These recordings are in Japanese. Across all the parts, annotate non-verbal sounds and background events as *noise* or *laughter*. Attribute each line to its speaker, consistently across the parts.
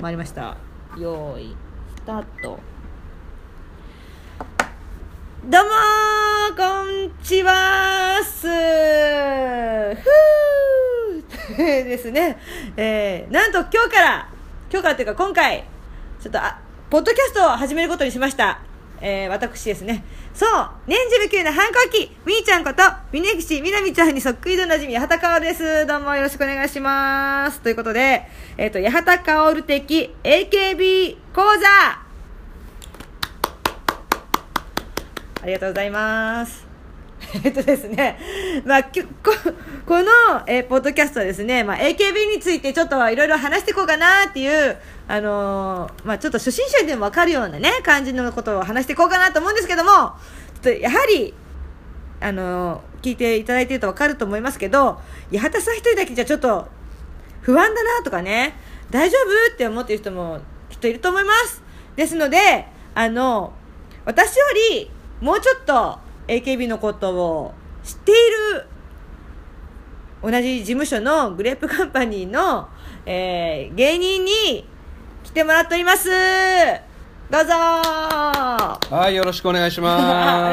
Speaker 1: 参りました用意スタートどうもーこんちはーすふー *laughs* ですね、えー、なんと今日から今日からというか今回ちょっとあポッドキャストを始めることにしましたえー、私ですね。そう年中級の反抗期みーちゃんこと、みねきしみなみちゃんにそっくりとなじみ、八幡かおるです。どうもよろしくお願いします。ということで、えっ、と、八幡かおる的 AKB 講座ありがとうございます。 *laughs* えっとですね、まあ、きゅここの、えーポッドキャストはですね、まあ、AKB についてちょっといろいろ話していこうかなっていう、あのーまあ、ちょっと初心者でもわかるようなね、感じのことを話していこうかなと思うんですけども、ちょっとやはり、あのー聞いていただいてるとわかると思いますけど、八幡さん一人だけじゃちょっと不安だなとかね、大丈夫って思ってる人もきっといると思います。ですので、あの、私よりもうちょっと AKB のことを知っている同じ事務所のグレープカンパニーの、えー芸人に来てもらっております。どうぞ。
Speaker 2: はい、よろしくお願いしま す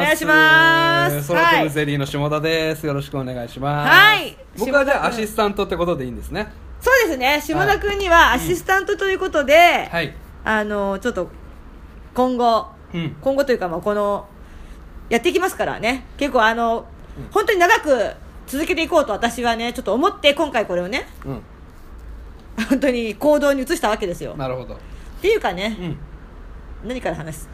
Speaker 1: *laughs* お願いします
Speaker 2: ソロトムゼリーの下田です。よろしくお願いします。
Speaker 1: はい
Speaker 2: 僕はじゃ
Speaker 1: 下田
Speaker 2: あア
Speaker 1: 君
Speaker 2: シスタントってことでいいんですね。
Speaker 1: そうですね、下田君にはアシスタントということで、
Speaker 2: はい。
Speaker 1: あの、ちょっと今後、
Speaker 2: うん。
Speaker 1: 今後というか、まあ、このやっていきますからね結構あの、本当に長く続けていこうと私はねちょっと思って今回これをね
Speaker 2: う
Speaker 1: 本当に行動に移したわけですよ
Speaker 2: ん。なるほど。
Speaker 1: っていうかね
Speaker 2: う、ん。
Speaker 1: 何から話す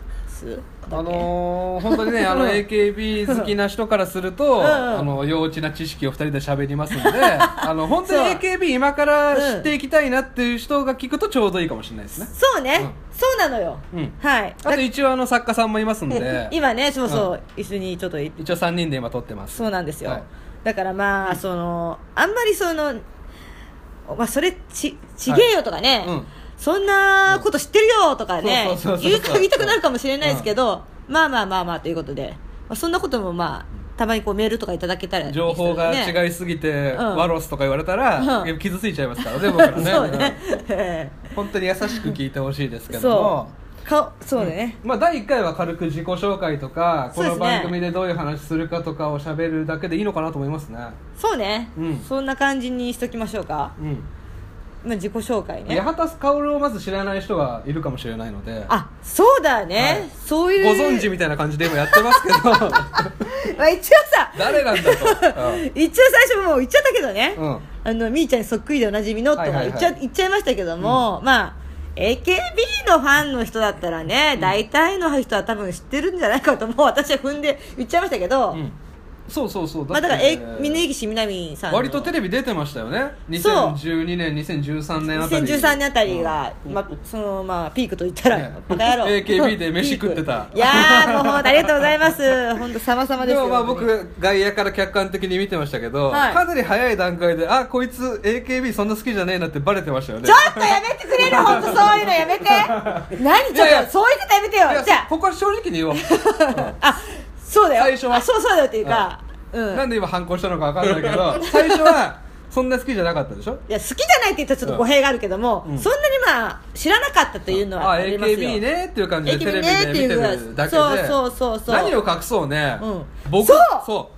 Speaker 2: あのー、本当
Speaker 1: *laughs*
Speaker 2: にね、あの、
Speaker 1: うん
Speaker 2: AKB 好きな人からすると、
Speaker 1: うん
Speaker 2: あの、幼稚な知識を二人で喋りますんで、あの、本当に
Speaker 1: そう
Speaker 2: AKB 今から知っていきたいなっていう人が聞くとちょうどいいかもしれないですね。
Speaker 1: そうね、
Speaker 2: う
Speaker 1: そうなのよ、
Speaker 2: うん
Speaker 1: はい
Speaker 2: あと一応あの、作家さんもいますん
Speaker 1: だ、
Speaker 2: で
Speaker 1: *laughs* 今ねそうそう、一緒にちょっとい
Speaker 2: 一応3人で今撮ってます。
Speaker 1: そうなんですよ、
Speaker 2: はい
Speaker 1: だからまあ、そのあんまりそのまあ、それちちげえよとかね、
Speaker 2: はいうん
Speaker 1: そんなこと知ってるよとかね
Speaker 2: うんそうそうそうそう
Speaker 1: 言うか言いたくなるかもしれないですけど、まあまあまあまあということで、まあ、そんなこともまあたまにこうメールとかいただけたらいいですよ
Speaker 2: 情
Speaker 1: ね
Speaker 2: 報が違いすぎて、
Speaker 1: うん
Speaker 2: ワロスとか言われたら、
Speaker 1: うん
Speaker 2: 傷ついちゃいますからね僕らね
Speaker 1: *laughs* そうね、え
Speaker 2: うん本当に優しく聞いてほしいです
Speaker 1: え
Speaker 2: けど
Speaker 1: そ
Speaker 2: も
Speaker 1: う顔そうだね、
Speaker 2: まあ、第1回は軽く自己紹介とか
Speaker 1: そ
Speaker 2: こ
Speaker 1: うで
Speaker 2: の
Speaker 1: すね
Speaker 2: 番組でどういう話するかとかを喋るだけでいいのかなと思いますね、
Speaker 1: そうね、
Speaker 2: うん
Speaker 1: そんな感じにしときましょうか、
Speaker 2: うん、
Speaker 1: まあ、自己紹介ね
Speaker 2: 八幡薫をまず知らない人がいるかもしれないので
Speaker 1: あそうだね、
Speaker 2: はい
Speaker 1: そういう
Speaker 2: ご存知みたいな感じで今やってま
Speaker 1: *laughs*
Speaker 2: すけど
Speaker 1: ま *laughs* あ、一応さ
Speaker 2: 誰なんだ
Speaker 1: *laughs*
Speaker 2: と、うん
Speaker 1: 一応最初もう言っちゃったけどね、
Speaker 2: うん
Speaker 1: あのみーちゃんにそっくりでおなじみのとか
Speaker 2: はいはいは
Speaker 1: 言
Speaker 2: い
Speaker 1: っちゃ,、言っちゃいましたけども、まあ AKB のファンの人だったらね、大体の人は多分知ってるんじゃないかともう私は踏んで言っちゃいましたけど、
Speaker 2: うんそうそうそう
Speaker 1: まあだから、え
Speaker 2: え
Speaker 1: 峯岸みなみさんの
Speaker 2: 割とテレビ出てましたよね
Speaker 1: そう
Speaker 2: 2012年2013年あたり
Speaker 1: 2013年あたりが、まあ、そのまあピークと言ったら、
Speaker 2: ね
Speaker 1: バカ野郎
Speaker 2: AKB で飯食ってた
Speaker 1: ピークいやーもう本当ありがとうございます本当様々で
Speaker 2: です
Speaker 1: よ
Speaker 2: もまあ僕外野から客観的に見てましたけど、
Speaker 1: はい
Speaker 2: かなり早い段階であこいつ AKB そんな好きじゃねえなってバレてましたよね
Speaker 1: ちょっとやめてくれる本当そういうのや
Speaker 2: *laughs*
Speaker 1: めて何ち
Speaker 2: いやい
Speaker 1: ょっ
Speaker 2: や
Speaker 1: とそういうことやめて
Speaker 2: い
Speaker 1: よ
Speaker 2: や
Speaker 1: じゃあ
Speaker 2: ここは正直に
Speaker 1: *laughs*
Speaker 2: 言おう、う
Speaker 1: あそうだよ
Speaker 2: 最初は
Speaker 1: あそうそうだよっていうかうんん
Speaker 2: なんで今反抗したのか分か
Speaker 1: *laughs*
Speaker 2: んないけど最初はそんな好きじゃなかったでしょ
Speaker 1: いや好きじゃないって言ったらちょっと語弊があるけども、
Speaker 2: うん
Speaker 1: そんなにまあ知らなかったというのは
Speaker 2: あ
Speaker 1: ありますよ
Speaker 2: AKB ねっていう感じで
Speaker 1: AKB
Speaker 2: テレビで見てる
Speaker 1: ねっていう
Speaker 2: だけで
Speaker 1: そうそうそうそう
Speaker 2: 何を隠そうね、
Speaker 1: うん
Speaker 2: 僕
Speaker 1: そう
Speaker 2: そ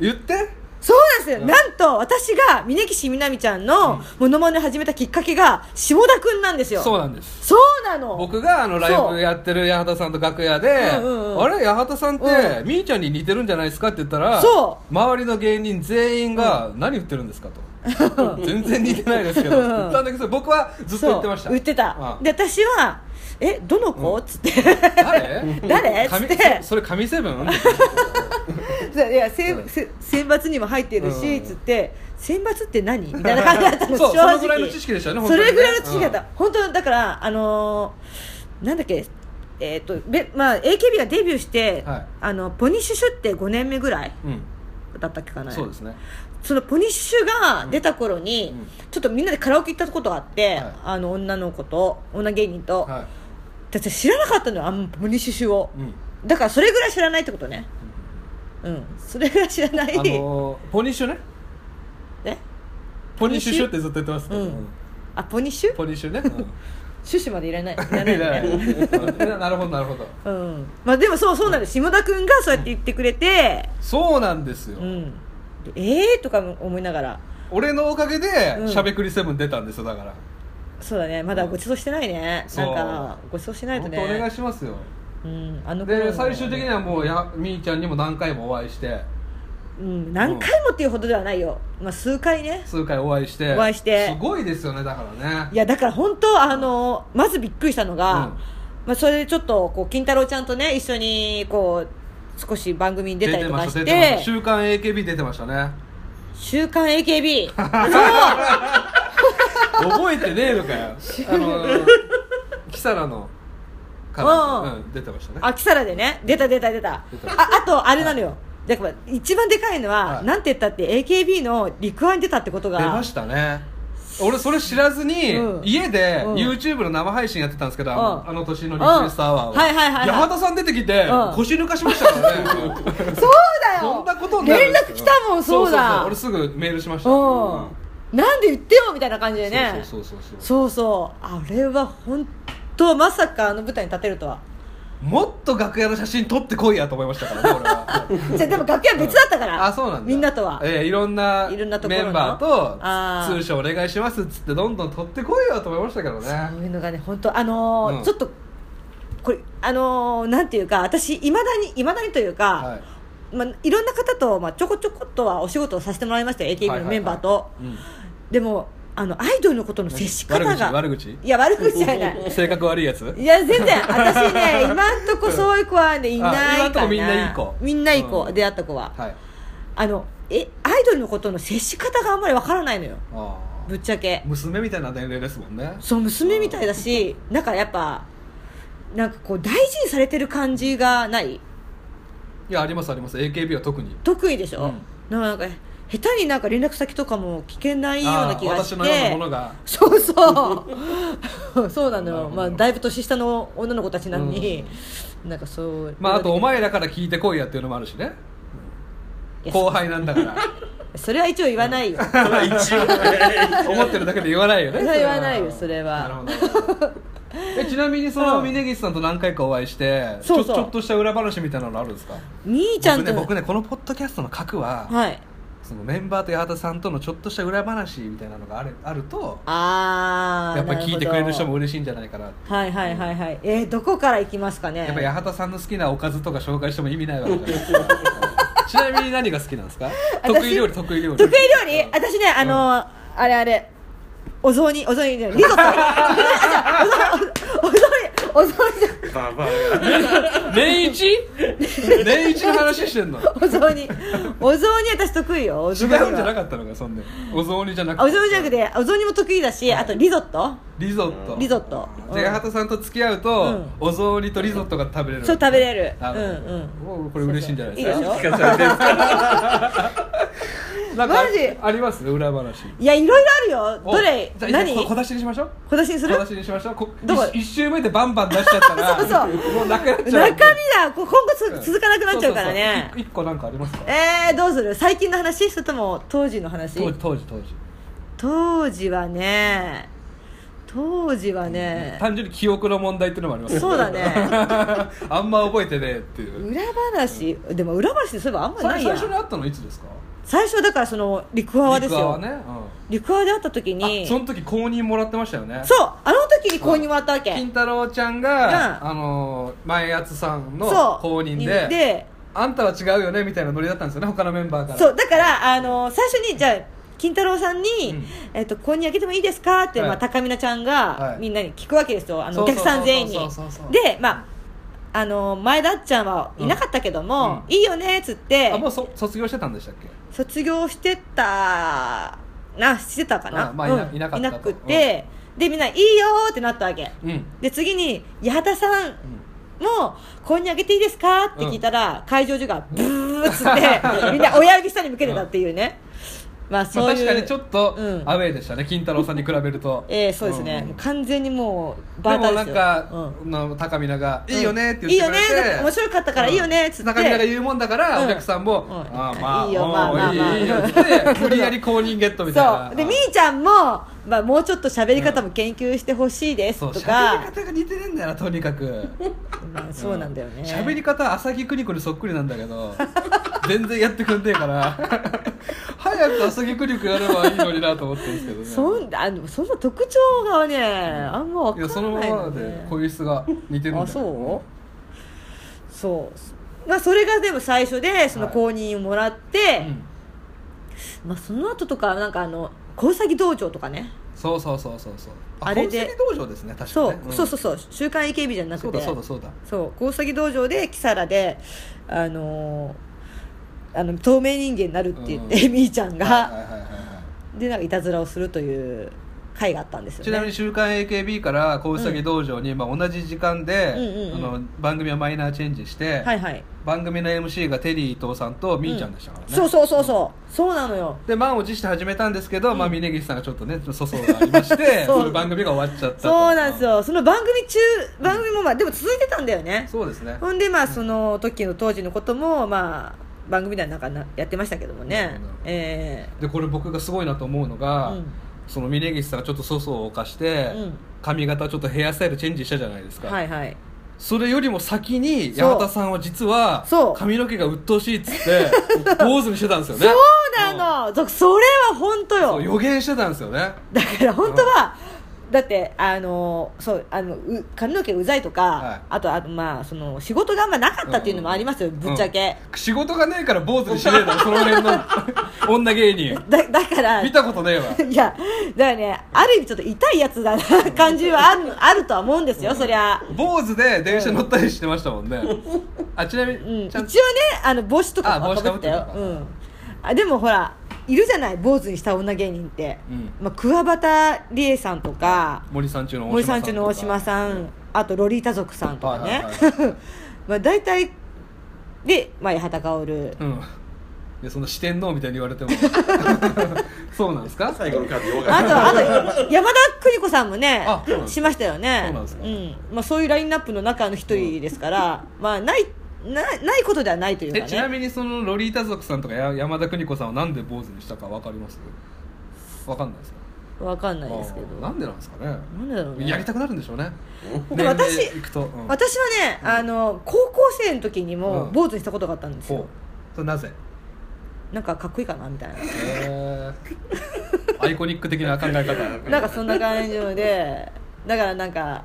Speaker 2: う言って
Speaker 1: そうなんですよ、
Speaker 2: うん
Speaker 1: なんと私が峯岸みなみちゃんのモノマネを始めたきっかけが下田くんなんですよ
Speaker 2: そう
Speaker 1: な
Speaker 2: なんです
Speaker 1: そうなの
Speaker 2: 僕があのライ
Speaker 1: そう
Speaker 2: ブやってる八幡さんと楽屋で、
Speaker 1: うんうんうん
Speaker 2: あれ八幡さんって、
Speaker 1: う
Speaker 2: みーちゃんに似てるんじゃないですかって言ったら
Speaker 1: そ
Speaker 2: 周りの芸人全員が、何言ってるんですかと全然似てないですけどって言ったんだけど僕はずっと言ってました
Speaker 1: そう言ってた、
Speaker 2: うん
Speaker 1: で私はえどの子、
Speaker 2: うん
Speaker 1: つってい
Speaker 2: 誰
Speaker 1: 誰
Speaker 2: 神
Speaker 1: つって
Speaker 2: そそれ神セ
Speaker 1: *laughs*
Speaker 2: ブン
Speaker 1: やせ、せ選抜にも入ってるし、
Speaker 2: うん
Speaker 1: つって選抜って何みたいな感じだったの
Speaker 2: そう
Speaker 1: 正直
Speaker 2: そのぐらいの知識でしたよね
Speaker 1: そ
Speaker 2: 本当にね
Speaker 1: れぐらいの知識だった、本当だからあのーなんだっけえっ、とべまあ AKB がデビューして、
Speaker 2: はい
Speaker 1: あのポニッシュシュって5年目ぐらい
Speaker 2: うん
Speaker 1: だったっけかな
Speaker 2: そうですね
Speaker 1: そのポニッシュが出た頃に、
Speaker 2: うん
Speaker 1: ちょっとみんなでカラオケ行ったことがあって、
Speaker 2: はい
Speaker 1: あの女の子と女芸人と、
Speaker 2: は
Speaker 1: だって知らなかったのよあんポニッシュシュを、 *laughs*
Speaker 2: い、うん
Speaker 1: だからそれぐらい知らないってことねうんそれぐらい知らない、
Speaker 2: あのーポニッシュね
Speaker 1: ね
Speaker 2: ポニッシュシュってずっと言ってますけど、
Speaker 1: うんあポニッシュ
Speaker 2: ポニッシュね、うん
Speaker 1: 趣旨までいらないいらない
Speaker 2: *laughs*
Speaker 1: よね
Speaker 2: なるほどなるほ
Speaker 1: う
Speaker 2: ど
Speaker 1: んまあでもそうそうなんです下田君がそうやって言ってくれて
Speaker 2: そうなんですよ、
Speaker 1: うんでええー、とかも思いながら
Speaker 2: 俺のおかげで
Speaker 1: うん
Speaker 2: しゃべくりセブン出たんですよだから、
Speaker 1: そうだねまだごちそうしてないね
Speaker 2: そ
Speaker 1: な
Speaker 2: うん
Speaker 1: かごちそうしないと
Speaker 2: 本
Speaker 1: ね
Speaker 2: 当お願いしますよ
Speaker 1: うん、あの頃
Speaker 2: で
Speaker 1: の
Speaker 2: 最終的にはもうやみーちゃんにも何回もお会いして
Speaker 1: うん、何回もっていうほどではないよ、まあ、数回ね
Speaker 2: 数回お会いして
Speaker 1: お会いして
Speaker 2: すごいですよねだから
Speaker 1: い
Speaker 2: ね
Speaker 1: やだから本当あのまずびっくりしたのが、
Speaker 2: うん
Speaker 1: まあ、それでちょっとこう金太郎ちゃんとね一緒にこう少し番組に出たりと
Speaker 2: ま
Speaker 1: か
Speaker 2: し
Speaker 1: した
Speaker 2: 出てました
Speaker 1: て
Speaker 2: 週刊 AKB 出てましたね
Speaker 1: 「週刊 AKB」
Speaker 2: *laughs* 覚えてねえのかよあの
Speaker 1: *laughs*
Speaker 2: キサラのか
Speaker 1: うん
Speaker 2: ら、うん、出てましたね
Speaker 1: あキサラでね出た出た出た
Speaker 2: 出た
Speaker 1: ああとあれなのよ、だから一番でかいのは、
Speaker 2: はい
Speaker 1: なんて言ったって AKB の陸腕に出たってことが
Speaker 2: 出ましたね俺それ知らずに、
Speaker 1: うん
Speaker 2: 家で
Speaker 1: うん
Speaker 2: YouTube の生配信やってたんですけど、あ
Speaker 1: うん
Speaker 2: のあの年のリクエストアワーを、
Speaker 1: うんはいはいはいはい
Speaker 2: 八幡さん出てきて、
Speaker 1: うん
Speaker 2: 腰抜かしまし
Speaker 1: *laughs*
Speaker 2: たからね
Speaker 1: そうだよ
Speaker 2: そんなことになる
Speaker 1: 連
Speaker 2: んですけ
Speaker 1: 絡
Speaker 2: ど
Speaker 1: 来たもんそうだ
Speaker 2: そうそうそう俺すぐメールしました
Speaker 1: うんなんで言ってよみたいな感じでね
Speaker 2: そうそうそうそう
Speaker 1: そうそうあれは本当まさかあの舞台に立てるとは
Speaker 2: もっと楽屋の写真撮ってこいやと思いましたから
Speaker 1: *laughs*
Speaker 2: ね俺は
Speaker 1: じゃあでも楽屋別だったから
Speaker 2: あそうなんだ
Speaker 1: みんなとは
Speaker 2: えーいろんないメ
Speaker 1: ろん
Speaker 2: ン
Speaker 1: な
Speaker 2: バ
Speaker 1: ところの
Speaker 2: ー
Speaker 1: あー
Speaker 2: と通称お願いしますっつってどんどん撮ってこいよと思いましたけど
Speaker 1: そ
Speaker 2: ね
Speaker 1: ういうのがね本当あのー
Speaker 2: うん
Speaker 1: ちょっとこれあのーなんていうか私いまだにいまだにというか、
Speaker 2: はい
Speaker 1: いまあ、いろんな方と、まあ、ちょこちょこっとはお仕事をさせてもらいましたよ AKB のメンバーと、
Speaker 2: うん
Speaker 1: でもあのアイドルのことの接し方が
Speaker 2: 悪口悪
Speaker 1: いや悪口じゃない
Speaker 2: 口性格悪いやつ
Speaker 1: いや全然私
Speaker 2: *laughs*
Speaker 1: ね今んとこそういう子は、ね、いないから
Speaker 2: あ今んとこみんないい子
Speaker 1: みんないい子、
Speaker 2: うん
Speaker 1: 出会った子は、
Speaker 2: はい
Speaker 1: あのえアイドルのことの接し方があんまりわからないのよ
Speaker 2: あ
Speaker 1: ぶっちゃけ
Speaker 2: ー娘みたいな年齢ですもんね
Speaker 1: そう娘みたいだしなんかやっぱなんかこう大事にされてる感じがない
Speaker 2: いやありますあります AKB は特に
Speaker 1: 得意でしょ、
Speaker 2: うん
Speaker 1: なんか下手になんか連絡先とかも聞けないような気がして
Speaker 2: あー私のようなものが
Speaker 1: そうそう *laughs* そうなの
Speaker 2: なる
Speaker 1: よ、
Speaker 2: ほど
Speaker 1: まあ、だいぶ年下の女の子たちなのに、なんかそう
Speaker 2: まああとお前らから聞いてこいやっていうのもあるしね
Speaker 1: いや
Speaker 2: 後輩なんだから
Speaker 1: それは一応言わないよ、
Speaker 2: 一応思ってるだけで言わないよね
Speaker 1: それは *laughs* 言わないよそれは
Speaker 2: なるほどえちなみにその
Speaker 1: うん
Speaker 2: 峯岸さんと何回かお会いしてち
Speaker 1: そう
Speaker 2: ょ
Speaker 1: そう
Speaker 2: ちょっとした裏話みたいなのあるんですか
Speaker 1: 兄ちゃんと、
Speaker 2: 僕ね僕ねこのポッドキャストの核は、
Speaker 1: はい
Speaker 2: そのメンバーと八幡さんとのちょっとした裏話みたいなのがあるあると
Speaker 1: ああ
Speaker 2: やっぱり聞いてくれる人も嬉しいんじゃないかな
Speaker 1: はいはいはいはいえー、どこから行きますかね
Speaker 2: やっぱ八幡さんの好きなおかずとか紹介しても意味ないわけじゃないですか
Speaker 1: *laughs*
Speaker 2: ちなみに何が好きなんですか
Speaker 1: 私
Speaker 2: 得意料理得意料理
Speaker 1: 得意料理
Speaker 2: うん
Speaker 1: 私ねあの
Speaker 2: う
Speaker 1: ーあれあれお雑煮お雑煮じゃないリゾットあ違うお雑煮お雑煮お雑煮じゃない
Speaker 3: ババア
Speaker 2: 年一年一の話し
Speaker 1: *laughs*
Speaker 2: てんの違
Speaker 1: お雑煮お雑煮私得意よお
Speaker 2: うんじ
Speaker 1: 雑
Speaker 2: ゃ
Speaker 1: 煮は
Speaker 2: なかったのかそんでお雑煮じゃなく
Speaker 1: あお雑煮じゃなくてお雑煮も得意だしあとリゾット
Speaker 2: リゾット
Speaker 1: リゾット
Speaker 2: で八幡さんと付き合うと、
Speaker 1: うん
Speaker 2: お雑煮とリゾットが食べれる
Speaker 1: そう食べれる
Speaker 2: なるほど
Speaker 1: うん
Speaker 2: おこれ嬉しいんじゃないですか
Speaker 1: いいでしょ
Speaker 3: 聞かされてる
Speaker 2: なんか
Speaker 1: *laughs* マジ
Speaker 2: あります裏話
Speaker 1: いやいろいろあるよ
Speaker 2: お
Speaker 1: どれ
Speaker 2: じゃあ
Speaker 1: 何
Speaker 2: こ小出しにしましょう
Speaker 1: 小出しにする
Speaker 2: 小出しにしましょうこ
Speaker 1: どこ
Speaker 2: 一一周目でバンバン出しちゃったら
Speaker 1: そうそう
Speaker 2: もうなくなっちゃ
Speaker 1: 中
Speaker 2: う
Speaker 1: 身だこ今後つ
Speaker 2: うん
Speaker 1: 続かなくなっちゃうから
Speaker 2: そ
Speaker 1: ね
Speaker 2: そそい一個なんかありますか
Speaker 1: えー、どうする最近の話それとも当時の話
Speaker 2: 当時当時当時
Speaker 1: 当時はね当時はね
Speaker 2: 単純に記憶の問題っていうのもあります
Speaker 1: そうだね
Speaker 2: *laughs* あんま覚えてねえっていう
Speaker 1: 裏話でも裏話ってそういえばあんまな
Speaker 2: 最
Speaker 1: い
Speaker 2: 最
Speaker 1: や
Speaker 2: 初に会ったのいつですか
Speaker 1: 最初はだからその陸泡です
Speaker 2: リクア
Speaker 1: よ
Speaker 2: はね、うん
Speaker 1: 陸泡で会った時に
Speaker 2: あ
Speaker 1: そ
Speaker 2: その時公認もらってましたよね
Speaker 1: うあの時に購入もらったわけ
Speaker 2: 金太郎ちゃんが、
Speaker 1: う
Speaker 2: あのー前やつさんの
Speaker 1: そう
Speaker 2: 公認で
Speaker 1: で
Speaker 2: あんたは違うよねみたいなノリだったんですよね他のメンバーから
Speaker 1: そうだからあの最初にじゃあ金太郎さんに
Speaker 2: うん
Speaker 1: 「えっと購入開けてもいいですか?」って
Speaker 2: はい
Speaker 1: まあ高見菜ちゃん
Speaker 2: は
Speaker 1: が
Speaker 2: い
Speaker 1: みんなに聞くわけですよあの
Speaker 2: そ
Speaker 1: お
Speaker 2: うそ
Speaker 1: 客
Speaker 2: うそう
Speaker 1: さん全員に
Speaker 2: そうそうそうそう
Speaker 1: でまああの前田あっちゃんはいなかったけども「
Speaker 2: うん
Speaker 1: いいよね」っつって
Speaker 2: あもうそ卒業してたんでしたっけ
Speaker 1: 卒業してたなしてたかな
Speaker 2: あまあいな
Speaker 1: うん
Speaker 2: いなかったと
Speaker 1: くて、でみんな「いいよ」ってなったわけ
Speaker 2: うん、うん、
Speaker 1: で次に「八幡さんも購入あげていいですか?」って聞いたら、会場中がブーッつってみんな親指下に向けてたっていうね、まあ
Speaker 2: まあ、
Speaker 1: そういう、
Speaker 2: 確かにちょっと
Speaker 1: うん
Speaker 2: アウェーでしたね、金太郎さんに比べると
Speaker 1: えーそうですね、もう完全にもう
Speaker 2: で
Speaker 1: バータ
Speaker 2: も
Speaker 1: ーで
Speaker 2: な
Speaker 1: す
Speaker 2: ん
Speaker 1: よ
Speaker 2: か、
Speaker 1: うん
Speaker 2: の高見菜が「
Speaker 1: うん
Speaker 2: いいよね」って言ってくれて、
Speaker 1: いいよねだって面白かったからいいよねっつって
Speaker 2: 高見菜が言うもんだから、
Speaker 1: うん
Speaker 2: お客さんも「
Speaker 1: うん
Speaker 2: ああまあ
Speaker 1: いいよ
Speaker 2: うん
Speaker 1: まあまあまあ
Speaker 2: いいよいいよ」って言って無理やり公認ゲットみたいな
Speaker 1: そうでみーちゃんもまあ、もうちょっと喋り方も研究してほしいです
Speaker 2: そう
Speaker 1: と
Speaker 2: 喋り
Speaker 1: か、
Speaker 2: 方が似てねえんだよなとにかく
Speaker 1: まあそうなんだよね
Speaker 2: 喋り方朝木邦子にそっくりなんだけど *laughs* 全然やってくんねえから *laughs* 早く朝木邦子やればいいのになと思ってるんですけどね
Speaker 1: そんあのその特徴がねあんま
Speaker 2: い
Speaker 1: 分
Speaker 2: や
Speaker 1: か
Speaker 2: そ
Speaker 1: ん
Speaker 2: の
Speaker 1: ない
Speaker 2: まま
Speaker 1: の
Speaker 2: で
Speaker 1: ね
Speaker 2: こういう質が似てるんだよ
Speaker 1: あそうそうまあそれがでも最初でその公認をもらって、
Speaker 2: うん
Speaker 1: まあその後とかなんかあの小ウサギ道場とかね
Speaker 2: そうそうそうそうそう
Speaker 1: あれで
Speaker 2: 宝石道場ですね確
Speaker 1: そ
Speaker 2: か
Speaker 1: う,、
Speaker 2: ね
Speaker 1: そうそう
Speaker 2: そ
Speaker 1: そう週刊 AKB じゃなくて
Speaker 2: そうだそうだそうだ
Speaker 1: そう小ウサギ道場でキサラであのーあの透明人間になるって言って、みーちゃんが、
Speaker 2: はいはいはいはいは
Speaker 1: でなんかいたずらをするという回があったんですよ
Speaker 2: い
Speaker 1: ね
Speaker 2: ちなみに「週刊 AKB」から「小うさぎ道場に」まあ、同じ時間で、
Speaker 1: うんうんうん
Speaker 2: あの番組をマイナーチェンジして、
Speaker 1: はいはい、
Speaker 2: 番組の MC がテリー伊藤さんとみーちゃんでしたからね、
Speaker 1: そうそうそうそうそうなのよ
Speaker 2: で満を持して始めたんですけど、まあ、峯岸さんがちょっとねちょっと粗相がありまし
Speaker 1: *laughs*
Speaker 2: て
Speaker 1: そう
Speaker 2: その番組が終わっちゃったと
Speaker 1: そうなんですよその番組中番組もまあでも続いてたんだよね
Speaker 2: そうですね
Speaker 1: ほんでまあその時の当時のこともまあ番組ではなんかなやってましたけども
Speaker 2: なる
Speaker 1: ね
Speaker 2: ほど
Speaker 1: え
Speaker 2: でこれ僕がすごいなと思うのが、
Speaker 1: うん
Speaker 2: その峯岸さんがちょっと粗相を犯して、
Speaker 1: うん
Speaker 2: 髪型をちょっとヘアスタイルチェンジしたじゃないです
Speaker 1: え
Speaker 2: か、
Speaker 1: はいはい
Speaker 2: それよりも先に
Speaker 1: そう
Speaker 2: 八幡さんは実は
Speaker 1: そう
Speaker 2: 髪の毛が鬱陶しいっ
Speaker 1: *laughs*
Speaker 2: つって坊主にしてたんですよね
Speaker 1: そうなのそそれは本当
Speaker 2: そう
Speaker 1: よ
Speaker 2: 予言してたんですよね
Speaker 1: だから本当はだってあのそうあのう髪の毛うざいとか、
Speaker 2: はい
Speaker 1: あとあとまあその仕事があんまなかったっていうのもありますよ、ぶっちゃけ、
Speaker 2: うん仕事がねえから坊主にしねえだろその辺
Speaker 1: *laughs*
Speaker 2: の女芸人
Speaker 1: だだから
Speaker 2: 見たことねえわ
Speaker 1: いやだからねある意味ちょっと痛いやつだな感じはある
Speaker 2: *laughs*
Speaker 1: あるとは思うんですよ、そりゃ、
Speaker 2: 坊主で電車乗ったりしてましたもんね、あちなみ
Speaker 1: うん、
Speaker 2: に、
Speaker 1: 一
Speaker 2: ちゃ
Speaker 1: 応
Speaker 2: ん
Speaker 1: ねあの帽子とか
Speaker 2: あ帽子
Speaker 1: かぶってたよ
Speaker 2: か、ぶっ
Speaker 1: う
Speaker 2: てた
Speaker 1: ん、あでもほらいるじゃない坊主にした女芸人って、
Speaker 2: うん
Speaker 1: まあ、桑畑理恵さんとか
Speaker 2: 森さん中の大島
Speaker 1: 森
Speaker 2: さ
Speaker 1: さ
Speaker 2: ん
Speaker 1: ん
Speaker 2: と
Speaker 1: 中
Speaker 2: か
Speaker 1: の大島さん、あとロリータ族さんとかね、
Speaker 2: はいはいは
Speaker 1: *laughs* まあ大体で、まあ、八幡薫
Speaker 2: うんいやその四天王みたいに言われ
Speaker 1: *laughs*
Speaker 2: てもそうなんですか
Speaker 3: 最後のカード弱
Speaker 1: あ
Speaker 3: かっ
Speaker 1: とあ
Speaker 2: *laughs*
Speaker 1: と山田邦子さんもね
Speaker 2: あそうなんです
Speaker 1: しましたよね
Speaker 2: そうなんですか
Speaker 1: んまあ、そういうラインナップの中の一人ですから、まあないなないことではないというか
Speaker 2: え
Speaker 1: ね
Speaker 2: ちなみにそのロリータ族さんとかや山田邦子さんはなんで坊主にしたかわかりますわかんないですか
Speaker 1: わかんないですけど
Speaker 2: あーなんでなんですかね
Speaker 1: なんでだろうね
Speaker 2: やりたくなるんでしょうね
Speaker 1: で
Speaker 2: 年齢
Speaker 1: 私
Speaker 2: いくと、うん
Speaker 1: 私はね、あの高校生の時にも
Speaker 2: うん
Speaker 1: 坊主にしたことがあったんです
Speaker 2: ほ
Speaker 1: よ
Speaker 2: う、それなぜ
Speaker 1: なんかかっこいいかなみたいな
Speaker 2: えーアイコニック的な考え方
Speaker 1: *laughs* なんかそんな感じのでだからなんか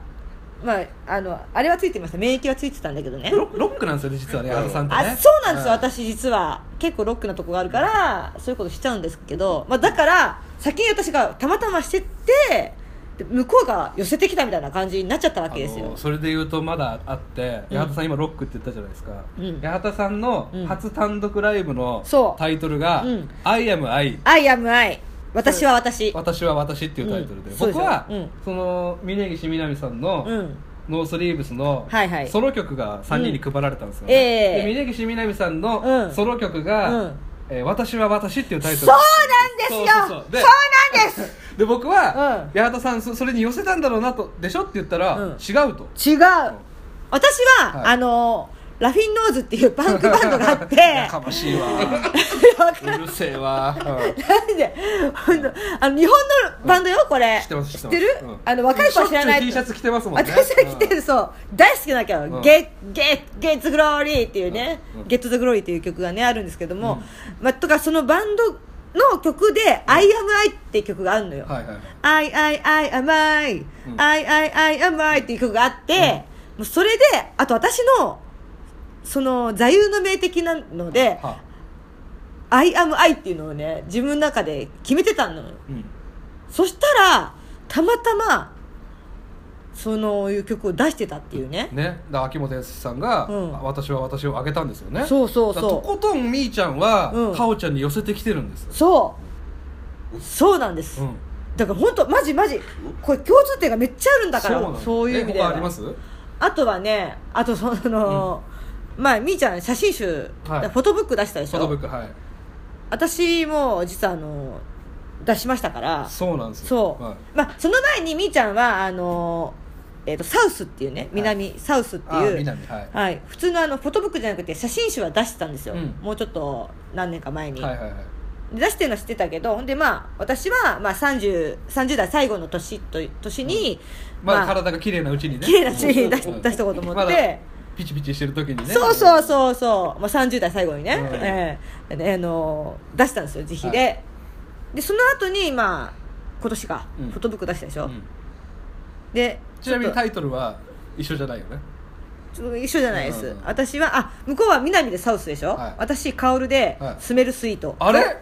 Speaker 1: まああのあれはついてました免疫はついてたんだけどね
Speaker 2: ロロックなんですよね実はね矢田さんってね
Speaker 1: あそうなんですよ、
Speaker 2: はい
Speaker 1: 私実は結構ロックなとこがあるからそういうことしちゃうんですけど、まあ、だから先に私がたまたましてってで向こうが寄せてきたみたいな感じになっちゃったわけです
Speaker 2: あ
Speaker 1: よ
Speaker 2: のそれで言うとまだあって
Speaker 1: うん
Speaker 2: 八幡さん今ロックって言ったじゃないですか、
Speaker 1: うん
Speaker 2: 八幡さんの
Speaker 1: うん
Speaker 2: 初単独ライブの
Speaker 1: そう
Speaker 2: タイトルが
Speaker 1: うん
Speaker 2: 「I am I
Speaker 1: 「I am I」私は私
Speaker 2: 私は私」っていうタイトルで、
Speaker 1: うんそうでし
Speaker 2: 僕
Speaker 1: ょ
Speaker 2: は、
Speaker 1: うん
Speaker 2: その峯岸みなみさんの、
Speaker 1: うん
Speaker 2: ノースリーブスの
Speaker 1: はいはい
Speaker 2: ソロ曲が3人に配られたんですよね、
Speaker 1: うんええ
Speaker 2: で峯岸みなみさん
Speaker 1: う
Speaker 2: の
Speaker 1: ん
Speaker 2: ソロ曲が「
Speaker 1: うん
Speaker 2: えー私は私」っていうタイトル
Speaker 1: そうなんですよ
Speaker 2: そうそうそうで
Speaker 1: そうなんです
Speaker 2: で僕は、
Speaker 1: う
Speaker 2: 八幡さんそそれに寄せたんだろうなとでしょって言ったら、
Speaker 1: うん
Speaker 2: 違 *laughs* うと
Speaker 1: 違う私は、
Speaker 2: はい
Speaker 1: あのラフィンノーズっていうパンクバンドがあって
Speaker 2: *laughs* やかましいわうるせえわ、うん
Speaker 1: なんで本当あの日本のバンドよこれ、
Speaker 2: 知ってます
Speaker 1: 知
Speaker 2: 知
Speaker 1: っ
Speaker 2: っててます
Speaker 1: る、
Speaker 2: うん
Speaker 1: あの若い子は知らない
Speaker 2: しょっちゅう T シャツ着てますもんね
Speaker 1: 私は着てる、そう大好きなきゃ、
Speaker 2: うん
Speaker 1: ゲッゲッゲッツグローリーっていうね、
Speaker 2: うんうん
Speaker 1: ゲットザグローリーっていう曲がねあるんですけども、まあ、とかそのバンドの曲で「I am I」っていう曲があるのよ、
Speaker 2: はいは
Speaker 1: I
Speaker 2: い
Speaker 1: I I am I、
Speaker 2: ん
Speaker 1: I I I am I っていう曲があって、もうそれであと私のその座右の銘的なので
Speaker 2: は
Speaker 1: I am I っていうのをね自分の中で決めてたのよ
Speaker 2: うん、
Speaker 1: そしたらたまたまそのいう曲を出してたっていうね
Speaker 2: ねだから秋元康さんが、
Speaker 1: うん
Speaker 2: 私は私をあげたんですよね
Speaker 1: そうそう
Speaker 2: だ
Speaker 1: そう
Speaker 2: からとことんみーちゃんは、
Speaker 1: うん
Speaker 2: かおちゃんに寄せてきてるんですよ、
Speaker 1: そうそうなんです、
Speaker 2: うん
Speaker 1: だから本当マジマジこれ共通点がめっちゃあるんだから
Speaker 2: な
Speaker 1: そ
Speaker 2: ん
Speaker 1: う
Speaker 2: だ
Speaker 1: いう意味
Speaker 2: え
Speaker 1: で
Speaker 2: 他
Speaker 1: は
Speaker 2: あります
Speaker 1: あとはねあとその、まあみーちゃん写真集、
Speaker 2: はい
Speaker 1: フォトブック出したでし
Speaker 2: フォトブッ
Speaker 1: ょ
Speaker 2: クはい
Speaker 1: 私も実はあの出しましたから
Speaker 2: そうなんですよ
Speaker 1: そう、
Speaker 2: はい
Speaker 1: まあ、その前にみーちゃんはあの、えー、とサウスっていうね南、サウスって
Speaker 2: あ
Speaker 1: いう
Speaker 2: 南はい
Speaker 1: はい、普通のあのフォトブックじゃなくて写真集は出してたんですよ、
Speaker 2: うん
Speaker 1: もうちょっと何年か前に、
Speaker 2: はいはいはい
Speaker 1: 出してるのは知ってたけどほんでまあ私は、まあ、30, 30代最後の年と年に、
Speaker 2: まあ体が綺麗なうちにね
Speaker 1: 綺麗なうちに出し
Speaker 2: うん
Speaker 1: 出しとこうと思って
Speaker 2: まだピチピチしてる時にね
Speaker 1: そうそうそうそう、まあ、30代最後にね、
Speaker 2: うん
Speaker 1: ええであの出したんですよ自費で、
Speaker 2: は
Speaker 1: でその後にまあ今年か、
Speaker 2: うん
Speaker 1: フォトブック出したでしょ、
Speaker 2: うん
Speaker 1: で
Speaker 2: ちなみに
Speaker 1: ょっ
Speaker 2: タイトルは一緒じゃないよね
Speaker 1: とちょっと一緒じゃないです、
Speaker 2: うんうん
Speaker 1: 私はあ向こうは南でサウスでしょ、
Speaker 2: はい
Speaker 1: 私カオルで、
Speaker 2: はい
Speaker 1: スメルスイート
Speaker 2: あれ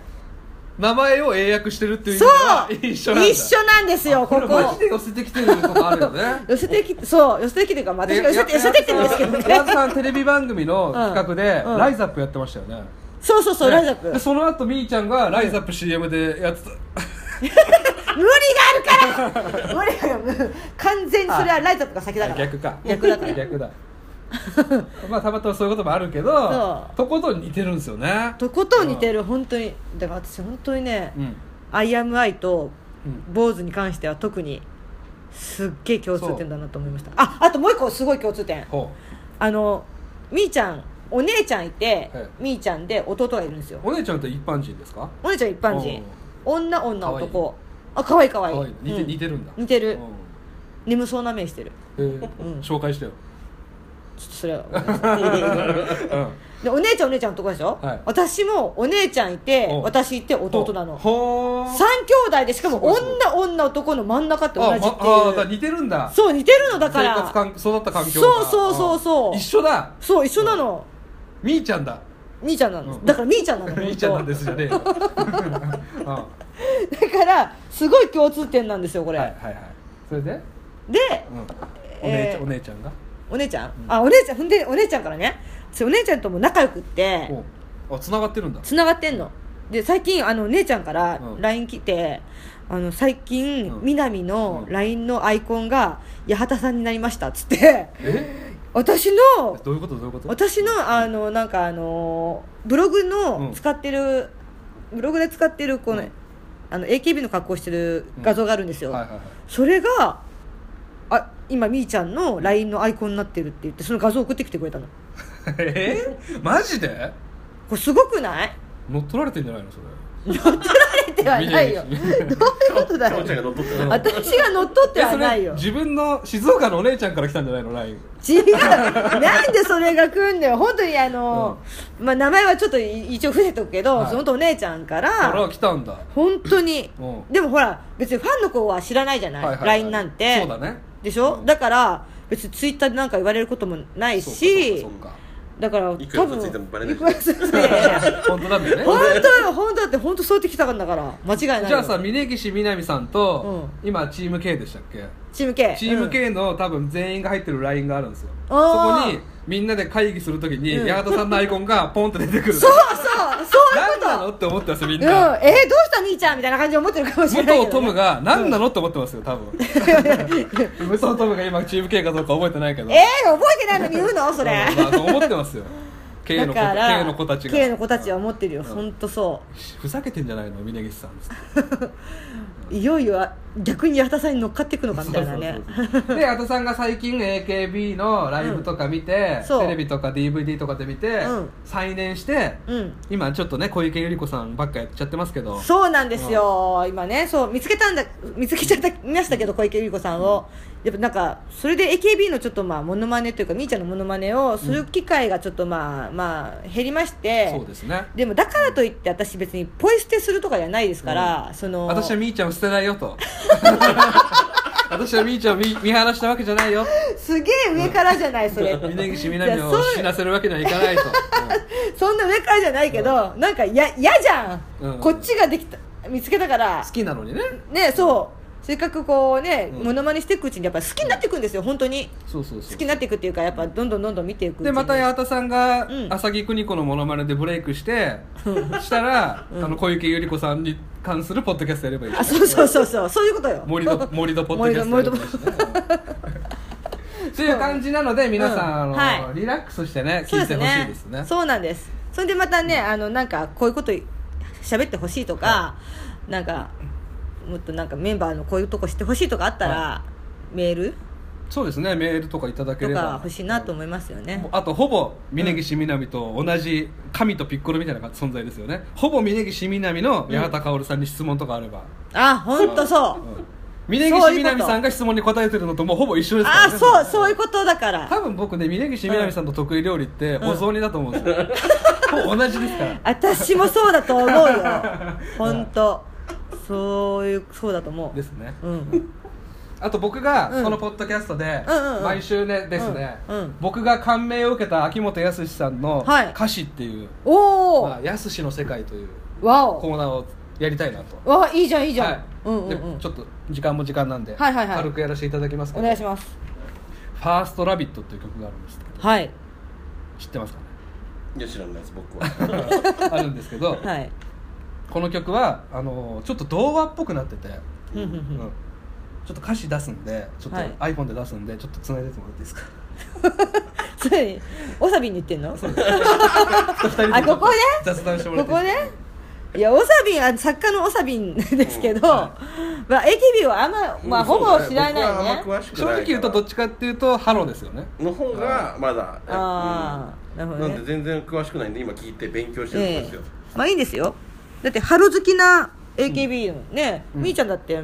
Speaker 2: 名前を英訳してるっていう意
Speaker 1: そ
Speaker 2: 味は
Speaker 1: う
Speaker 2: 一緒なんだ
Speaker 1: 一緒なんですよこ
Speaker 2: れマジ
Speaker 1: こ
Speaker 2: で寄せてきてるとこあるよね
Speaker 1: 寄せてきそう寄せてきてるか、まあ、私が寄せて寄せてってるんですけどね
Speaker 2: 矢田さんテレビ番組の企画で、
Speaker 1: うんうん
Speaker 2: ライザップやってましたよね
Speaker 1: そうそうそう、
Speaker 2: ね
Speaker 1: ライザップ無理
Speaker 2: で
Speaker 1: が
Speaker 2: その後みーちゃんがライザップ CM でやってた、
Speaker 1: あるから無理がある完全にそれはライザップが先だから
Speaker 2: 逆か
Speaker 1: 逆だから
Speaker 2: 逆だまあたまたまそういうこともあるけど
Speaker 1: そう
Speaker 2: とことん似てるんですよね
Speaker 1: とことん似てる本当にだから私本当にね
Speaker 2: うん
Speaker 1: 「アイアムアイ」と
Speaker 2: う
Speaker 1: 「
Speaker 2: ん
Speaker 1: 坊主」に関しては特にすっげえ共通点だなと思いましたああともう一個すごい共通点
Speaker 2: ほ
Speaker 1: あのみーちゃんお姉ちゃんいて、
Speaker 2: はい
Speaker 1: みーちゃんで弟がいるんですよ
Speaker 2: うお姉ちゃんって一般人ですか
Speaker 1: お姉ちゃん一般人女女
Speaker 2: かわいい
Speaker 1: 男あ可愛い可愛い
Speaker 2: 可愛い似て,、
Speaker 1: うん
Speaker 2: 似てるんだ
Speaker 1: 似てる
Speaker 2: うん
Speaker 1: 眠そうな目してる
Speaker 2: えー
Speaker 1: うん
Speaker 2: 紹介してよ、
Speaker 1: ちょっとそれは
Speaker 2: うん
Speaker 1: でお姉ちゃんお姉ちゃん男でしょ、
Speaker 2: はい
Speaker 1: 私もお姉ちゃんいて
Speaker 2: うん
Speaker 1: 私いて *laughs* 弟なの
Speaker 2: ほー
Speaker 1: 三兄弟でしかも
Speaker 2: すごいすごい
Speaker 1: 女女男の真ん中って同じ
Speaker 2: あ、
Speaker 1: ってい
Speaker 2: ま
Speaker 1: う、
Speaker 2: あーだから似てるんだ
Speaker 1: そう似てるのだから
Speaker 2: 生活環育った環境が
Speaker 1: そうそうそうそう
Speaker 2: あー一緒だ
Speaker 1: そう一緒なの
Speaker 2: みーちゃんだ
Speaker 1: みーちゃんなんです、
Speaker 2: うん
Speaker 1: だからみーちゃん
Speaker 2: *laughs*
Speaker 1: なの
Speaker 2: みーちゃんなんですすじゃねえよあ
Speaker 1: だからすごい共通点なんですよこ
Speaker 2: はい
Speaker 1: れ、
Speaker 2: はいはいそれで、
Speaker 1: で
Speaker 2: うんお姉ち
Speaker 1: え
Speaker 2: ゃ
Speaker 1: ー
Speaker 2: んお姉ちゃんが
Speaker 1: お姉ちゃん、
Speaker 2: うん
Speaker 1: あお姉ちゃんほんでお姉ちゃんからねそうお姉ちゃんとも仲良くって
Speaker 2: おあ繋がってるんだ
Speaker 1: つながってんので最近あのお姉ちゃんから
Speaker 2: うん
Speaker 1: LINE 来て、あの最近、
Speaker 2: うん
Speaker 1: 南の
Speaker 2: うん
Speaker 1: LINE のアイコンが八幡さんになりましたっつ
Speaker 2: *laughs*
Speaker 1: って
Speaker 2: え
Speaker 1: 私の
Speaker 2: どういうことどういうこと
Speaker 1: 私のあのなんかあのブログの使ってる、ブログで使ってるこの、
Speaker 2: うん
Speaker 1: あの AKB の格好してる画像があるんですよ、
Speaker 2: はいはいはい
Speaker 1: それがあ今みーちゃんの LINE のアイコンになってるって言ってその画像送ってきてくれたのこ
Speaker 2: えー、マジで
Speaker 1: れすごくない *laughs*
Speaker 2: 乗っ取られてんじゃないのそれ
Speaker 1: ではないよど
Speaker 2: 見
Speaker 1: う
Speaker 2: え
Speaker 1: いうことだ
Speaker 3: かお
Speaker 1: よ
Speaker 3: ちゃんが乗っ取って
Speaker 2: う
Speaker 3: た
Speaker 2: ん
Speaker 1: 私が乗っ取って
Speaker 2: え
Speaker 1: は
Speaker 2: そ
Speaker 1: ない
Speaker 2: れ
Speaker 1: よ
Speaker 2: 自分の静岡のお姉ちゃんから来たんじゃないのライン
Speaker 1: 違うなんでそれが来んだよ本当にあの、まあ、名前はちょっと一応伏せとくけど、
Speaker 2: はい
Speaker 1: そのとお姉ちゃんか
Speaker 2: あ
Speaker 1: ら
Speaker 2: ら来たんだ
Speaker 1: 本当に、
Speaker 2: うん
Speaker 1: でもほら別にファンの子は知らないじゃない,、
Speaker 2: はいはいはい
Speaker 1: LINE なんて
Speaker 2: そうだね
Speaker 1: でしょ、
Speaker 2: うん
Speaker 1: だから別にツイッターでなんか言われることもないし
Speaker 2: そうか
Speaker 1: だから
Speaker 3: いくら
Speaker 1: 多
Speaker 3: 嘘
Speaker 1: 分
Speaker 3: ついてもバレない
Speaker 1: いくら嘘ついてもいやい
Speaker 2: そう
Speaker 1: や
Speaker 2: か本当なんだよね
Speaker 1: 本当よ本当だって本当そうやって来たんだから間違いないよ
Speaker 2: じゃあさ峯岸みなみさんと、
Speaker 1: う
Speaker 2: 今チーム K でしたっけ
Speaker 1: チーム K
Speaker 2: チーム
Speaker 1: うん
Speaker 2: K の多分全員が入ってる LINE があるんですよそ
Speaker 1: あー
Speaker 2: こにみんなで会議するときに
Speaker 1: うん
Speaker 2: 八幡さんのアイコンがポンって出てくる
Speaker 1: そうそうそういう
Speaker 2: 何
Speaker 1: こと
Speaker 2: なのって思ってますよみん
Speaker 1: うん、えー
Speaker 2: な、
Speaker 1: どうした兄ちゃんみたいな感じで思ってるかもし
Speaker 2: 武
Speaker 1: れない
Speaker 2: 藤
Speaker 1: けど
Speaker 2: ト
Speaker 1: ね、
Speaker 2: ムが何なのって思ってますよ
Speaker 1: *laughs*
Speaker 2: 多分武藤トムが今チーム K かどうか覚えてないけど
Speaker 1: えー、覚えてないのに言うのそ *laughs* れ
Speaker 2: うんまあそう思ってますよ K の子 K の子たちが
Speaker 1: K の子たちは思ってるよ、
Speaker 2: ん
Speaker 1: ほんとそ
Speaker 2: ふざけてんじゃないの峯岸さんっつって
Speaker 1: ういよいよあ逆に八幡さんに乗っかっていくのかみたいなね
Speaker 2: そうそうそうで八幡さんが最近 AKB のライブとか見て、
Speaker 1: うんそう
Speaker 2: テレビとか DVD とかで見て、
Speaker 1: うん
Speaker 2: 再燃して、
Speaker 1: うん
Speaker 2: 今ちょっとね小池百合子さんばっかやっちゃってますけど
Speaker 1: そうなんですよ、今ねそう見つけたんだ見つけちゃった見ましたけど小池百合子さんを、やっぱなんかそれで AKB のちょっとまあモノマネというかみーちゃんのモノマネをする機会がちょっとまあ、まあ減りまして
Speaker 2: そうですね
Speaker 1: でもだからといって私別にポイ捨てするとかじゃないですから、その
Speaker 2: 私はみーちゃんを捨てないよと私はみーちゃんを見見放したわけじゃないよ
Speaker 1: すげえ上からじゃないそれ
Speaker 2: 峯岸みなみ
Speaker 1: いや
Speaker 2: を
Speaker 1: そう
Speaker 2: 死なせるわけにはい
Speaker 1: *laughs*
Speaker 2: かないと、
Speaker 1: そんな上からじゃないけど、なんかや嫌じゃん、
Speaker 2: うん
Speaker 1: こっちができた見つけたか
Speaker 2: うん
Speaker 1: ら
Speaker 2: 好きなのにね
Speaker 1: ねそうせっかくこうね
Speaker 2: うん
Speaker 1: ものまねしていくうちにやっぱ好きになっていくんですよ本当に
Speaker 2: そうそうそう
Speaker 1: 好きになっていくっていうかやっぱどんどんどんどん見ていくうちに
Speaker 2: でまた八幡さんが
Speaker 1: うん
Speaker 2: 浅木邦子のモノマネでブレイクして、したら、あの小池百合子さんに関するポッドキャストやればいい
Speaker 1: あそうそうそうそうそういうことよ
Speaker 2: 森 *laughs* 戸森戸ポッドキャストやればいいしねっていう感じなので皆さん、
Speaker 1: うん
Speaker 2: あの
Speaker 1: は
Speaker 2: リラックスしてね
Speaker 1: そう
Speaker 2: 聞
Speaker 1: で
Speaker 2: いて
Speaker 1: す
Speaker 2: ほしいですね
Speaker 1: ねそうなんですそれでまたねあのなんかこういうこと喋ってほしいとか、なんかもっとなんかメンバーのこういうとこしてほしいとかあったら、メール
Speaker 2: そうですねメールとかいただけ
Speaker 1: と
Speaker 2: れば
Speaker 1: か欲しいなと思いますよね
Speaker 2: もうあとほぼ峯岸みなみと同じ神とピッコロみたいな存在ですよねほぼ峯岸みなみの八幡薫さんに質問とかあれば、
Speaker 1: あ本当そううん
Speaker 2: 峯岸みなみさんが質問に答えてるのともうほぼ一緒ですから、
Speaker 1: あ
Speaker 2: ね、
Speaker 1: そうそういうことだから
Speaker 2: 多分僕ね峯岸みなみさんの得意料理ってお雑煮だと思うんですよ、ほぼ同じですから
Speaker 1: 私もそうだと思うよ本当そういうそうだと思う
Speaker 2: ですね
Speaker 1: うん
Speaker 2: あと僕が
Speaker 1: うん
Speaker 2: このポッドキャストで
Speaker 1: うんうんうん
Speaker 2: 毎週ねですね、
Speaker 1: うんうん
Speaker 2: 僕が感銘を受けた秋元康さんの
Speaker 1: はい
Speaker 2: 歌詞っていう「
Speaker 1: おお、
Speaker 2: まあ、やすしの世界」という
Speaker 1: わ
Speaker 2: コーナーをやりたいなと
Speaker 1: おわいいじゃんいいじゃん、
Speaker 2: はい
Speaker 1: うんうんう
Speaker 2: で
Speaker 1: ん
Speaker 2: ちょっと時間も時間なんで、
Speaker 1: はいはいはい
Speaker 2: 軽くやらせていただきますけ
Speaker 1: お
Speaker 2: ど
Speaker 1: 願いします
Speaker 2: 「ファーストラビット」っていう曲があるんですけど
Speaker 1: はい
Speaker 2: 知っ
Speaker 1: *laughs*
Speaker 2: てますかね
Speaker 3: いや知らないです僕は
Speaker 2: あるんですけど、
Speaker 1: はい
Speaker 2: この曲はあのちょっと童話っぽくなってて、
Speaker 1: ふんふんふ
Speaker 2: うんんちょっと歌詞出すんでちょっと
Speaker 1: はい
Speaker 2: iPhone で出すんでちょっと繋いでてもらっていいですか
Speaker 1: それおさびに言ってんのこ
Speaker 2: 二人で
Speaker 1: あここね
Speaker 2: *laughs* 雑談してもらってい
Speaker 1: こ
Speaker 2: いですか
Speaker 1: ねいやおさびんあ作家のおさびんですけど、
Speaker 2: うんは
Speaker 1: まあ、AKB はあんま、まあ、ほぼ知らないね
Speaker 3: 僕はあんま詳しくない
Speaker 2: 正
Speaker 3: から
Speaker 2: 直言うとどっちかっていうとハローですよね
Speaker 3: の方がまだ
Speaker 1: ああなる
Speaker 3: う
Speaker 1: ほ
Speaker 3: ん
Speaker 1: ど
Speaker 3: な
Speaker 1: ね
Speaker 3: んで全然詳しくないんで今聞いて勉強してるん
Speaker 1: え
Speaker 3: です
Speaker 1: え
Speaker 3: よ、
Speaker 1: まあいいんですよだってハロ好きな AKB のね、
Speaker 2: うん
Speaker 1: みーちゃんだって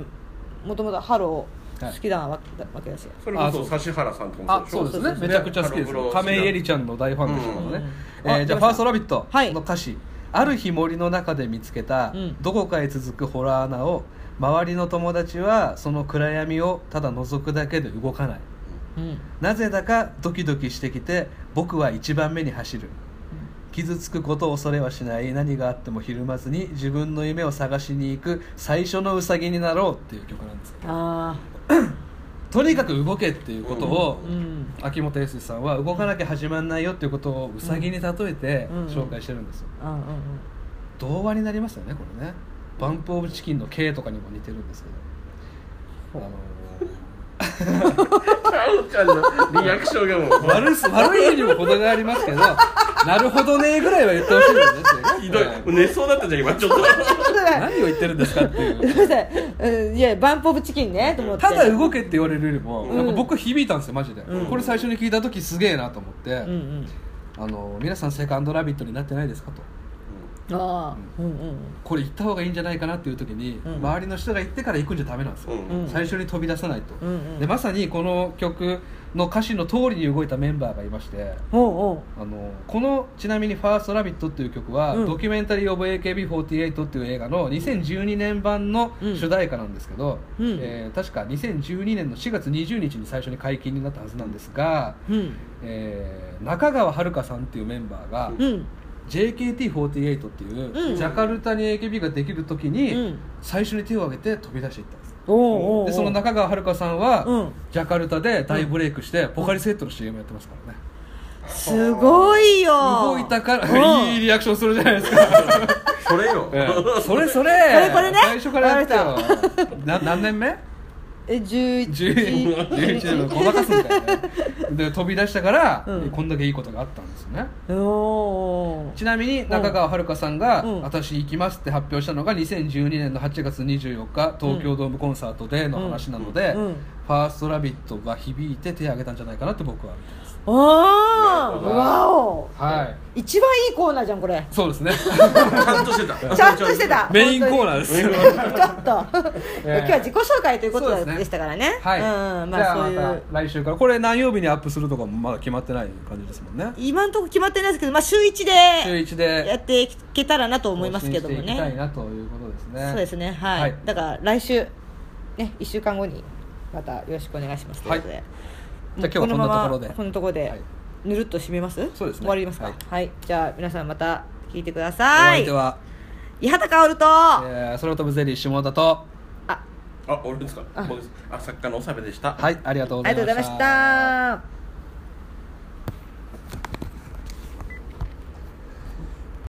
Speaker 1: もともとハロ
Speaker 2: はい
Speaker 1: 好きなわけ,、わけだし
Speaker 3: それこ
Speaker 2: あ
Speaker 3: そ
Speaker 2: そう
Speaker 3: 指原さんとか
Speaker 2: あ
Speaker 3: も
Speaker 2: そうです
Speaker 3: しょ
Speaker 2: ねめちゃくちゃ好きです
Speaker 3: ハロプロ
Speaker 2: 亀井絵里ちゃんの大ファンですからね、
Speaker 1: うん
Speaker 2: えー
Speaker 1: あ
Speaker 2: じゃあ「ファーストラビット!」
Speaker 1: はい
Speaker 2: の歌詞、ある日森の中で見つけた、
Speaker 1: うん
Speaker 2: どこかへ続くホラー穴を周りの友達はその暗闇をただ覗くだけで動かない
Speaker 1: うん
Speaker 2: なぜだかドキドキしてきて僕は一番目に走る傷つくことを恐れはしない何があってもひるまずに自分の夢を探しに行く最初のウサギになろうっていう曲なんですけど
Speaker 1: あ
Speaker 2: とにかく動けっていうことを、
Speaker 1: あうん
Speaker 2: 秋元康さんは動かなきゃ始まんないよっていうことをウサギに例えて
Speaker 1: うん
Speaker 2: 紹介してるんですよ、
Speaker 1: うんうんうん
Speaker 2: 童話になりますよねこれねバンプ・オブ・チキンの K とかにも似てるんですけど、あの
Speaker 3: ちゃうちゃんのリアクションが
Speaker 2: ー
Speaker 3: もう
Speaker 2: 悪す悪いにも程がありますけど *laughs* なるほどねぐらいは言ってほしいんです
Speaker 3: ひ
Speaker 2: よ
Speaker 3: ど
Speaker 2: ね
Speaker 3: いもう寝そうだったじゃん今ちょっと
Speaker 2: 何を言ってるんですかってい
Speaker 1: ごめ
Speaker 2: うん
Speaker 1: なさいうんいやバンプ・オブ・チキンねと思って
Speaker 2: ただ動けって言われるよりも、
Speaker 1: うん
Speaker 2: なんか僕響いたんですよマジで、
Speaker 1: うん
Speaker 2: これ最初に聞いた時すげえなと思って、
Speaker 1: うんうん
Speaker 2: あの皆さんセカンドラビットになってないですかと
Speaker 1: ああうんうん
Speaker 2: これ行った方がいいんじゃないかなっていう時に、
Speaker 1: うん
Speaker 2: 周りの人が行ってから行くんじゃダメなんですよ、
Speaker 3: うん
Speaker 1: うん
Speaker 2: 最初に飛び出さないと、
Speaker 1: うんうん
Speaker 2: でまさにこの曲の歌詞の通りに動いたメンバーがいまして
Speaker 1: おうおう
Speaker 2: あのこのちなみに「ファーストラビットっていう曲は、
Speaker 1: うん
Speaker 2: ドキュメンタリー・オブ・ AKB48 っていう映画の2012年版の
Speaker 1: うん
Speaker 2: 主題歌なんですけど、
Speaker 1: うん
Speaker 2: えー確か2012年の4月20日に最初に解禁になったはずなんですが、
Speaker 1: うん
Speaker 2: えー中川遥さんっていうメンバーが、
Speaker 1: うん
Speaker 2: JKT48 っていう、
Speaker 1: うん
Speaker 2: ジャカルタに AKB ができる時に、
Speaker 1: うん
Speaker 2: 最初に手を挙げて飛び出していったんです
Speaker 1: おうおうおう
Speaker 2: でその中川遥さんは、
Speaker 1: うん
Speaker 2: ジャカルタで大ブレイクして、ポカリセットの CM やってますからね、
Speaker 1: すごいよ
Speaker 2: 動いたから、
Speaker 1: うん
Speaker 2: いいリアクションするじゃないです *laughs* か、
Speaker 3: それよ、
Speaker 2: ええそれそれ
Speaker 1: これこれね
Speaker 2: 最初からやってよ *laughs* な何年目
Speaker 1: え11
Speaker 2: 11年目ごまかすみたいなねで飛び出したから、
Speaker 1: うん
Speaker 2: こんだけいいことがあったんですよね
Speaker 1: おお
Speaker 2: ちなみに中川遥さんが
Speaker 1: うん
Speaker 2: 「私行きます」って発表したのが2012年の8月24日東京ドームコンサートでの話なので、
Speaker 1: うんうん
Speaker 2: ファーストラビットが響いて手を挙げたんじゃないかなって僕は見てます
Speaker 1: おお
Speaker 3: るほど
Speaker 1: わお
Speaker 2: はい
Speaker 1: 一番いいコーナーじゃんこれ
Speaker 2: そうで
Speaker 1: *laughs*
Speaker 2: すね
Speaker 3: ちゃんとしてた
Speaker 1: ちゃんとしてた
Speaker 2: メインコーナーですよ
Speaker 1: ーちょっと
Speaker 2: ええ
Speaker 1: 今日は自己紹介ということ
Speaker 2: そうですね
Speaker 1: でしたからね
Speaker 2: はい、
Speaker 1: うん
Speaker 2: じ
Speaker 1: まあ
Speaker 2: ゃ
Speaker 1: そ
Speaker 2: あ
Speaker 1: うい
Speaker 2: ま
Speaker 1: う
Speaker 2: た来週からこれ何曜日にアップするとかもまだ決まってない感じですもんね
Speaker 1: 今のところ決まってないですけどまあ週一で
Speaker 2: 週1
Speaker 1: や
Speaker 2: で
Speaker 1: っていけたらなと思いますけども
Speaker 2: 更新していきたい
Speaker 1: ね
Speaker 2: なということですね
Speaker 1: そうですねは
Speaker 2: はいい
Speaker 1: だから来週ね一週間後にまたよろしくお願いしますということで
Speaker 2: は
Speaker 1: もう
Speaker 2: じゃあ今日はこんなところで
Speaker 1: ままこのところ
Speaker 2: は
Speaker 1: で
Speaker 2: い
Speaker 1: ぬるっと締めます
Speaker 2: そうですね
Speaker 1: 終わります
Speaker 2: は
Speaker 1: か
Speaker 2: い
Speaker 1: はいじゃあ皆さんまた聞いてくだ
Speaker 2: お
Speaker 1: さい
Speaker 2: 相手は、
Speaker 1: 伊畑薫と
Speaker 2: えー、空飛ぶゼリー下田と
Speaker 3: あ俺ですか僕ですあ作家のおさべでした
Speaker 2: はいありがとうご
Speaker 1: あ
Speaker 2: ざ
Speaker 1: り
Speaker 2: い
Speaker 1: がとうご
Speaker 2: まし
Speaker 1: ざい
Speaker 2: た
Speaker 1: ました。